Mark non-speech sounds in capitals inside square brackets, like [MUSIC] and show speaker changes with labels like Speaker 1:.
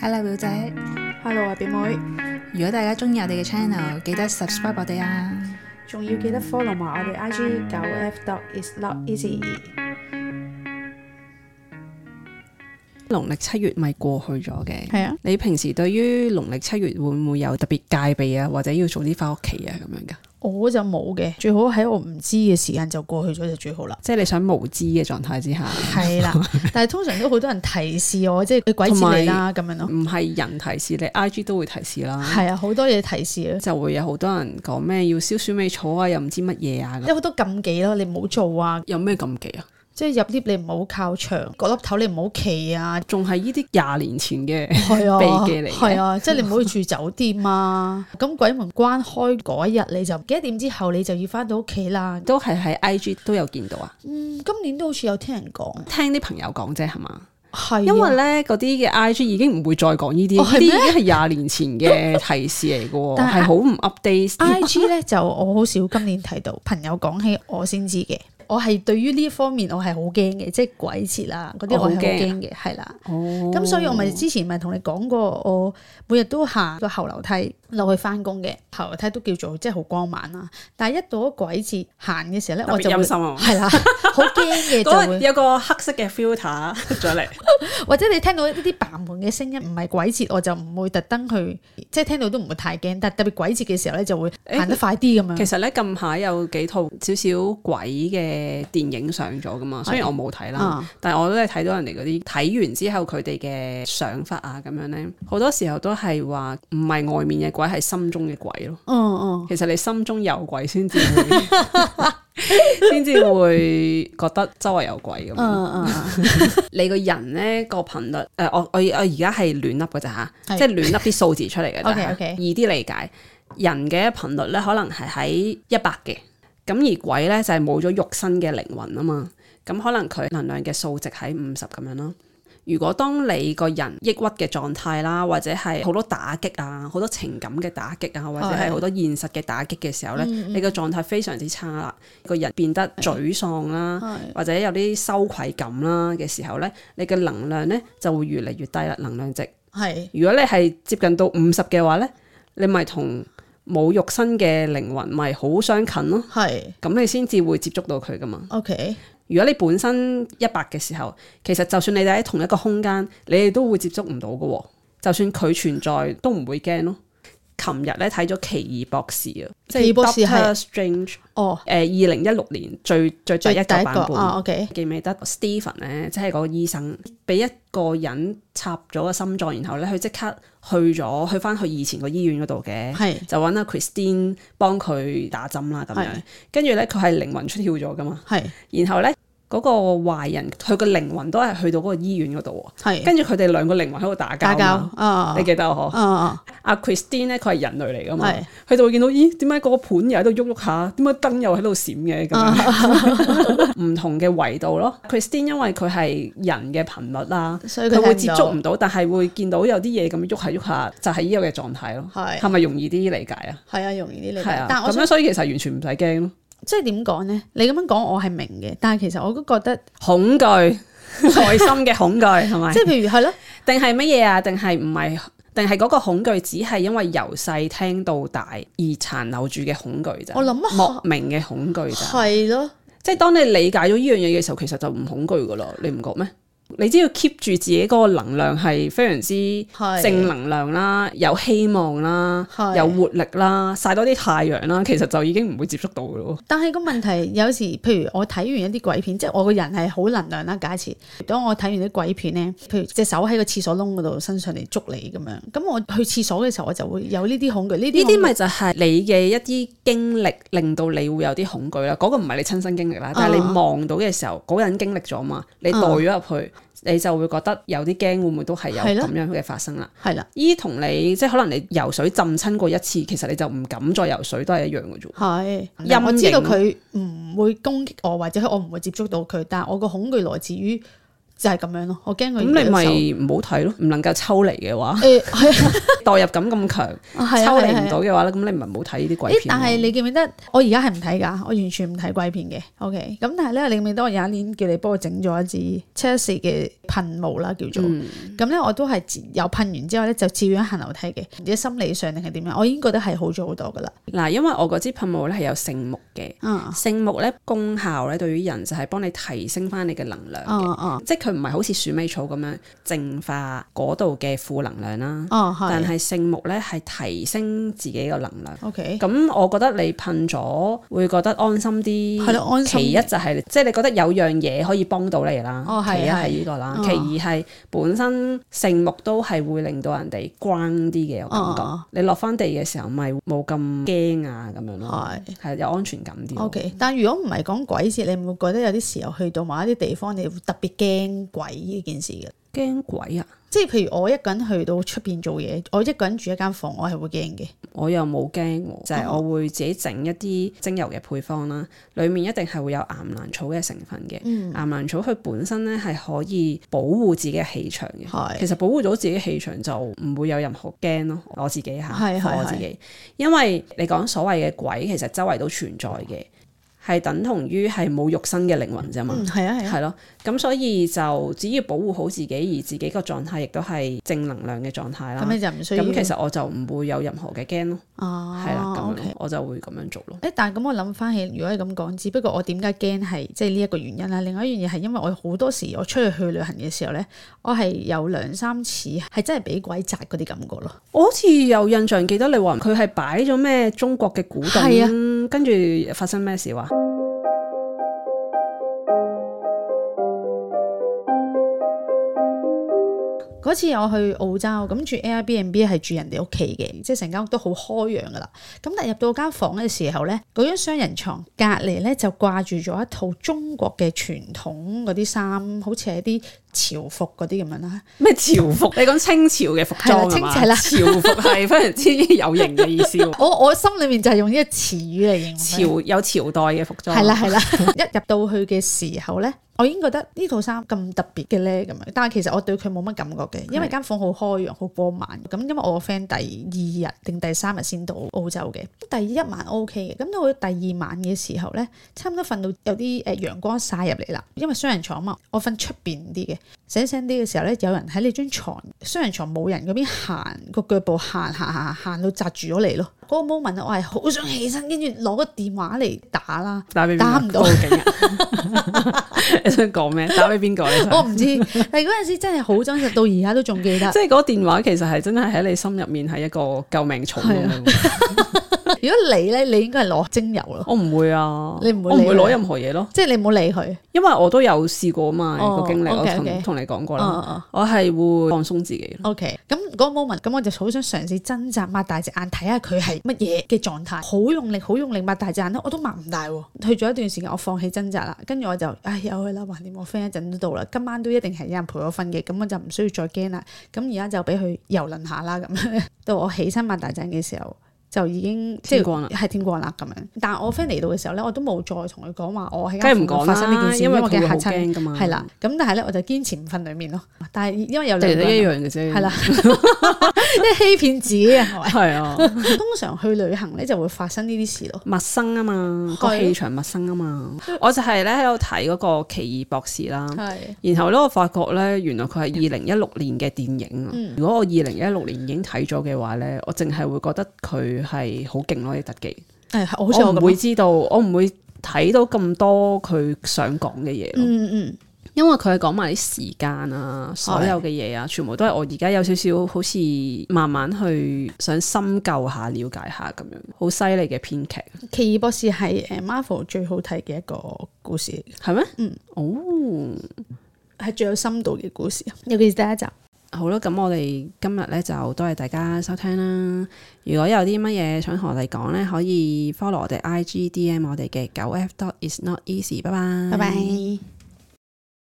Speaker 1: Hello 表姐，
Speaker 2: Hello 啊，表妹，
Speaker 1: 如果大家中意我哋嘅 channel，記得 subscribe 我哋啊！
Speaker 2: 仲要記得 follow 埋我哋 IG 九 F dot is not easy。
Speaker 3: 農曆七月咪過去咗嘅，
Speaker 2: 係啊，
Speaker 3: 你平時對於農曆七月會唔會有特別戒備啊，或者要早啲翻屋企啊咁樣噶？
Speaker 2: 我就冇嘅，最好喺我唔知嘅時間就過去咗就最好啦。
Speaker 3: 即係你想無知嘅狀態之下，
Speaker 2: 係啦， [LAUGHS] 但係通常都好多人提示我，即係你鬼知你啦咁樣咯。
Speaker 3: 唔係人提示你，IG 都會提示啦，
Speaker 2: 係啊，好多嘢提示啊，
Speaker 3: 就會有好多人講咩要燒鼠尾草啊，又唔知乜嘢啊咁。
Speaker 2: 有好多禁忌咯，你唔好做啊，
Speaker 3: 有咩禁忌啊？
Speaker 2: 即係入 lift 你唔好靠牆，嗰粒頭你唔好企啊，
Speaker 3: 仲係呢啲廿年前嘅
Speaker 2: [LAUGHS] 係啊，
Speaker 3: 避忌嚟嘅
Speaker 2: 係啊，即係你唔好住酒店啊。咁鬼門關開嗰一日你就幾多點之後你就要翻到屋企啦。
Speaker 3: 都係喺 IG 都有見到啊。
Speaker 2: 嗯，今年都好似有聽人講，
Speaker 3: 聽啲朋友講啫，係嘛？
Speaker 2: 係啊
Speaker 3: 因為咧嗰啲嘅 IG 已經唔會再講呢啲，呢
Speaker 2: 哦係
Speaker 3: 啲、
Speaker 2: 咩
Speaker 3: 已經係廿年前嘅提示嚟嘅喎，
Speaker 2: [LAUGHS] 但係
Speaker 3: 係好唔 update。
Speaker 2: I G [LAUGHS] 咧就我好少今年睇到朋友講起我先知嘅。我係對於呢一方面我係好驚嘅，即係鬼節啦嗰啲我係
Speaker 3: 哦
Speaker 2: 好
Speaker 3: 好驚
Speaker 2: 驚嘅，係啦。
Speaker 3: 哦
Speaker 2: 咁所以我咪之前咪同你講過，我呃每日都行個後樓梯落去翻工嘅，後樓梯都叫做即係好光猛啦。但係一到咗鬼節行嘅時候咧，
Speaker 3: 特別
Speaker 2: 我就會
Speaker 3: 陰森啊
Speaker 2: 係啦， [LAUGHS] 好驚 [LAUGHS] 嘅就
Speaker 3: 嗰個
Speaker 2: 會，
Speaker 3: 有個黑色嘅 filter 出咗 [LAUGHS] 嚟，
Speaker 2: 嗯或者你聽到一啲嘭門嘅聲音，唔係鬼節我就唔會特登去，即係聽到都唔會太驚。但係特別鬼節嘅時候咧，就會行得快啲咁樣。
Speaker 3: 其實咧近排有幾套少少鬼嘅電影上咗噶嘛，雖然我冇睇啦，
Speaker 2: 啊
Speaker 3: 但係我都係睇到人哋嗰啲睇完之後佢哋嘅想法啊咁樣咧，好多時候都係話唔係外面嘅鬼，係心中嘅鬼 [LAUGHS] 咯。
Speaker 2: 嗯嗯。
Speaker 3: 其實你心中有鬼先至會，先至會覺得周圍有鬼咁樣。
Speaker 2: 嗯嗯，
Speaker 3: [LAUGHS] 你個人咧個頻率，誒、呃我我我而家係亂笠嘅咋嚇，
Speaker 2: 係
Speaker 3: 即係亂笠啲數字出嚟嘅
Speaker 2: OK，
Speaker 3: 咋
Speaker 2: OK
Speaker 3: 易啲理解。人嘅頻率咧，可能係喺一百嘅，咁而鬼咧就係冇咗肉身嘅靈魂啊嘛，咁可能佢能量嘅數值喺五十咁樣咯。如果當你個人抑鬱嘅狀態啦，或者係好多打擊啊，好多情感嘅打擊啊，或者係好多現實嘅打擊嘅時候咧，你個狀態非常之差啦，個人變得沮喪啦。
Speaker 2: 係
Speaker 3: 或者有啲羞愧感啦嘅時候咧，你嘅能量咧就會越嚟越低啦，能量值。
Speaker 2: 係
Speaker 3: 如果你係接近到五十嘅話咧，你咪同冇肉身嘅靈魂咪好相近咯，
Speaker 2: 係
Speaker 3: 咁你先至會接觸到佢噶嘛。
Speaker 2: ，OK，
Speaker 3: 如果你本身一百嘅時候，其實就算你哋喺同一個空間，你哋都會接觸唔到嘅喎。就算佢存在，都唔會驚咯。琴日咧睇咗《奇異博士》啊，即
Speaker 2: 奇異
Speaker 3: 係
Speaker 2: 博士
Speaker 3: Doctor
Speaker 2: 係
Speaker 3: Strange，呃
Speaker 2: 哦，
Speaker 3: 誒二零一六年最最第一個版
Speaker 2: 個
Speaker 3: 本。
Speaker 2: 啊，OK，
Speaker 3: 記唔記得 Stephen 咧，即係嗰個醫生，俾一個人插咗個心臟，然後咧佢即刻去咗去翻去以前個醫院嗰度嘅，
Speaker 2: 係
Speaker 3: 就揾阿 Christine 幫佢打針啦咁樣
Speaker 2: 係。
Speaker 3: 跟住咧佢係靈魂出竅咗噶嘛，
Speaker 2: 係
Speaker 3: 然後咧嗰、個壞人佢個靈魂都係去到嗰個醫院嗰度喎，
Speaker 2: 係
Speaker 3: 跟住佢哋兩個靈魂喺度打
Speaker 2: 打
Speaker 3: 交嘛。
Speaker 2: 交啊
Speaker 3: 你記得我嗬？
Speaker 2: 啊，
Speaker 3: 阿 Christine 咧，佢係人類嚟噶嘛
Speaker 2: 係，
Speaker 3: 佢就會見到，咦？點解嗰個盤又喺度喐喐下？點解燈又喺度閃嘅？咁
Speaker 2: 啊
Speaker 3: 樣， [LAUGHS] 唔同嘅維度咯。Christine 因為佢係人嘅頻率啦，
Speaker 2: 所以佢
Speaker 3: 佢
Speaker 2: 聽
Speaker 3: 會
Speaker 2: 唔
Speaker 3: 接
Speaker 2: 到
Speaker 3: 觸唔到，但係會見到有啲嘢咁喐下喐下，就係呢個嘅狀態咯。
Speaker 2: 係
Speaker 3: 係咪容易啲理解啊？
Speaker 2: 係啊，容易啲理
Speaker 3: 係
Speaker 2: 解
Speaker 3: 啊。。
Speaker 2: 但我
Speaker 3: 咁
Speaker 2: 想
Speaker 3: 樣所以其實完全唔使驚咯。
Speaker 2: 即係點講咧？你咁樣講我係明嘅，但係其實我都覺得，
Speaker 3: 恐懼，
Speaker 2: [LAUGHS]
Speaker 3: 內心嘅恐懼係咪
Speaker 2: 即？係譬如係咯，
Speaker 3: 定係乜嘢啊？定係唔係？定係嗰個恐懼只係因為由細聽到大而殘留住嘅恐懼咋？
Speaker 2: 我諗
Speaker 3: 莫名嘅恐懼咋？
Speaker 2: 係咯，
Speaker 3: 即係當你理解咗呢樣嘢嘅時候，其實就唔恐懼噶啦，你唔覺咩？你只要 keep 住自己嗰個能量係非常之
Speaker 2: 係
Speaker 3: 正能量啦，有希望啦，
Speaker 2: 係
Speaker 3: 有活力啦，曬多啲太陽啦，其實就已經唔會接觸到噶咯。
Speaker 2: 但係個問題有時，譬如我睇完一啲鬼片，即係我個人係好能量啦。啊假設當我睇完啲鬼片咧，譬如隻手喺個廁所窿嗰度伸上嚟捉你咁樣，咁我去廁所嘅時候我就會有呢啲恐懼，呢
Speaker 3: 呢
Speaker 2: 啲
Speaker 3: 啲咪就係你嘅一啲經歷，令到你會有啲恐懼啦。嗰、個唔係你親身經
Speaker 2: 啊
Speaker 3: 歷啦，但係你望到嘅時候，嗰、個人經歷咗嘛，你代咗入去，你就會覺得有啲驚，會唔會都係有
Speaker 2: 係咯
Speaker 3: 咁樣嘅發生啦？
Speaker 2: 係啦，
Speaker 3: 依同你即係可能你游水浸親過一次，其實你就唔敢再游水，都係一樣嘅啫。
Speaker 2: 係，
Speaker 3: 陰
Speaker 2: 我知道
Speaker 3: 影啊
Speaker 2: 佢唔會攻擊我，或者我唔會接觸到佢，但係我個恐懼來自於就係咁樣咯。我驚佢
Speaker 3: 咁你咪唔好睇咯，唔能夠抽離
Speaker 2: [LAUGHS]
Speaker 3: 嘅話，
Speaker 2: 誒係啊
Speaker 3: 代入感咁強，
Speaker 2: 係啊
Speaker 3: 抽離
Speaker 2: 係
Speaker 3: 唔
Speaker 2: 啊
Speaker 3: 到嘅話咧，咁你咪唔好睇呢啲鬼
Speaker 2: 咦
Speaker 3: 片咯。
Speaker 2: 但係你記唔記得？我而家係唔睇㗎，我完全唔睇鬼片嘅。OK，咁但係咧，你記唔記得我有一年叫你幫我整咗一支七一四嘅噴霧啦，叫做咁咧，我都係自有噴完之後咧，就照樣行樓梯嘅。唔知心理上定係點樣，我已經覺得係好咗好多㗎啦。
Speaker 3: 嗱，因為我嗰支噴霧咧係有聖木嘅，
Speaker 2: 嗯
Speaker 3: 聖木咧功效咧對於人就係幫你提升翻你嘅能量嘅，
Speaker 2: 嗯嗯
Speaker 3: 即係佢唔係好似鼠尾草咁樣淨化嗰度嘅負能量啦，
Speaker 2: 嗯，
Speaker 3: 但
Speaker 2: 係
Speaker 3: 係聖木咧係提升自己嘅能量。
Speaker 2: OK。
Speaker 3: 咁我覺得你噴咗會覺得安心啲，
Speaker 2: 係咯安心啲
Speaker 3: 其一就係、即係你覺得有樣嘢可以幫到你啦，
Speaker 2: 哦係
Speaker 3: 其一係
Speaker 2: 係
Speaker 3: 呢個啦，
Speaker 2: 哦
Speaker 3: 其二係本身聖木都係會令到人哋關啲嘅，我感覺。
Speaker 2: 哦哦
Speaker 3: 你落翻地嘅時候，咪冇咁驚啊咁樣咯，
Speaker 2: 係
Speaker 3: 係有安全感啲咯。
Speaker 2: O、k 但如果唔係講鬼節，你唔會覺得有啲時候去到某一啲地方，你會特別驚鬼呢件事嘅？
Speaker 3: 驚鬼啊！
Speaker 2: 即係譬如我一個人去到出邊做嘢，我一個人住一間房，我係會驚嘅。
Speaker 3: 我又冇驚
Speaker 2: 哦
Speaker 3: 喎，就係、我會自己整一啲精油嘅配方啦，裡面一定係會有岩蘭草嘅成分嘅。
Speaker 2: 嗯
Speaker 3: 岩蘭草佢本身咧係可以保護自己嘅氣場嘅。
Speaker 2: 係
Speaker 3: 其實保護咗自己氣場就唔會有任何驚咯，我自己嚇，
Speaker 2: 係係
Speaker 3: 我自己，因為你講所謂嘅鬼其實周圍都存在嘅，係等同於係冇肉身嘅靈魂啫嘛。
Speaker 2: 嗯，係啊係啊，
Speaker 3: 係咯，咁所以就只要保護好自己，而自己個狀態亦都係正能量嘅狀態啦。
Speaker 2: 咁你就唔需要。
Speaker 3: 咁其實我就唔會有任何嘅驚咯，
Speaker 2: 啊，
Speaker 3: 係啦咁
Speaker 2: O
Speaker 3: 樣
Speaker 2: K。
Speaker 3: 我就會咁樣做咯。
Speaker 2: 誒，但係咁我諗翻起，如果係咁講，只不過我點解驚係即係呢一個原因啦。另外一樣嘢係因為我好多時我出去去旅行嘅時候咧，我係有兩三次係真係俾鬼砸嗰啲感覺咯。
Speaker 3: 我好似有印象記得你話佢係擺咗咩中國嘅古
Speaker 2: 係
Speaker 3: 董，跟住發生咩事話？
Speaker 2: 嗰次我去澳洲，咁住 Airbnb 係住人哋屋企嘅，即係成間屋都好開揚噶啦。咁但係入到間房嘅時候咧，嗰張雙人床隔離咧就掛住咗一套中國嘅傳統嗰啲衫，好似係啲潮服嗰啲咁樣啦。
Speaker 3: 咩潮服？你講清朝嘅服裝啊嘛？
Speaker 2: 係啦
Speaker 3: 潮服係非常之有型嘅意 [LAUGHS] 思喎
Speaker 2: 我我心裏面就係用呢個詞語嚟形容佢。
Speaker 3: 潮有朝代嘅服裝，
Speaker 2: 係啦係啦， [LAUGHS] 一入到去嘅時候咧，我已經覺得呢套衫咁特別嘅咧咁樣，但係其實我對佢冇乜感覺嘅，因為
Speaker 3: 係
Speaker 2: 間房好開揚、好光猛。咁因為我個 friend 第二日定第三日先到澳洲嘅，第一晚 O K 嘅，咁到第二晚嘅時候咧，差唔多瞓到有啲誒陽光晒入嚟啦，因為雙人床嘛，我瞓出邊啲嘅，醒醒啲嘅時候咧，有人喺你張床，雙人床冇人嗰邊行，個腳步行行行行到擲住咗嚟咯。嗰、個 moment 我係好想起身，跟住攞個電話嚟打啦。
Speaker 3: 打俾邊個
Speaker 2: 打唔到
Speaker 3: 報警啊 [LAUGHS] 你想講咩？打俾邊個？ [LAUGHS] 你想
Speaker 2: 我唔知，但係嗰陣時真係好真實，到而家都仲記得。
Speaker 3: 即係嗰個電話其實係真係喺你心入面係一個救命啊草咁樣喎。
Speaker 2: 如果你咧，你應該係攞精油咯，
Speaker 3: 我唔會啊，
Speaker 2: 你唔會
Speaker 3: 我唔會
Speaker 2: 理佢
Speaker 3: 攞任何嘢咯，
Speaker 2: 即係你唔好理佢。
Speaker 3: 因為我都有試過嘛
Speaker 2: 哦
Speaker 3: 個經歷，我
Speaker 2: OK，
Speaker 3: 同
Speaker 2: OK
Speaker 3: 同你講過啦，
Speaker 2: 嗯
Speaker 3: 我係會放鬆自己咯。
Speaker 2: o k 咁嗰個 moment，咁我就好想嘗試掙扎擘大隻眼睇下佢係乜嘢嘅狀態，好用力，好用力擘大隻眼咧，我都擘唔大喎。去咗一段時間，我放棄掙扎啦，跟住我就唉有去啦，橫掂我 friend 一陣都到啦，今晚都一定係有人陪我瞓嘅，咁我就唔需要再驚啦。咁而家就俾佢遊輪下啦，咁 [LAUGHS] 到我起身擘大隻眼嘅時候。就已經即
Speaker 3: 天
Speaker 2: 係
Speaker 3: 光啦
Speaker 2: 係天光啦咁樣。但係我 friend 嚟到嘅時候咧，我都冇再同佢講話我喺
Speaker 3: 梗係
Speaker 2: 間
Speaker 3: 唔
Speaker 2: 房
Speaker 3: 講
Speaker 2: 發生呢件
Speaker 3: 啦，
Speaker 2: 事，
Speaker 3: 因為
Speaker 2: 為
Speaker 3: 佢
Speaker 2: 我
Speaker 3: 會
Speaker 2: 驚
Speaker 3: 好
Speaker 2: 嚇親。
Speaker 3: 驚啊噶嘛。
Speaker 2: 係啦，咁但係咧，我就堅持唔瞓裡面咯。但係因為有
Speaker 3: 其
Speaker 2: 兩
Speaker 3: 實
Speaker 2: 個
Speaker 3: 都
Speaker 2: 人啊
Speaker 3: 一樣嘅
Speaker 2: [LAUGHS]
Speaker 3: 啫。
Speaker 2: 係啦，即係欺騙自己啊！係咪
Speaker 3: 係啊，
Speaker 2: [LAUGHS] 通常去旅行咧就會發生呢啲事咯。
Speaker 3: 陌生啊嘛，
Speaker 2: 係
Speaker 3: 個
Speaker 2: 啊
Speaker 3: 氣場陌生啊嘛。我就係咧喺度睇嗰個奇異博士啦，
Speaker 2: 係嗯
Speaker 3: 然後咧我發覺咧原來佢係二零一六年嘅電影啊。如果我二零一六年已經睇咗嘅話咧，我淨係會覺得佢係好勁咯啲特技，
Speaker 2: 誒，好似
Speaker 3: 我
Speaker 2: 我
Speaker 3: 唔
Speaker 2: 咁
Speaker 3: 會
Speaker 2: 咯。
Speaker 3: 知道，我唔會睇到咁多佢想講嘅嘢咯。
Speaker 2: 嗯嗯，
Speaker 3: 因為佢係講埋啲時間啊，所有嘅嘢啊，全部都係我而家有少少好似慢慢去想深究下、了解下咁樣，好犀利嘅編劇
Speaker 2: 嗯奇異博士係誒 Marvel 最好睇嘅一個故事，
Speaker 3: 係咩？
Speaker 2: 嗯，
Speaker 3: 哦，
Speaker 2: 係最有深度嘅故事，尤其是第一集。
Speaker 3: 好啦，咁我哋今日咧就多謝大家收聽啦。如果有啲乜嘢想同我哋講咧，可以 follow 我哋 IG DM 我哋嘅九 F dot is not easy。拜拜，
Speaker 2: 拜拜。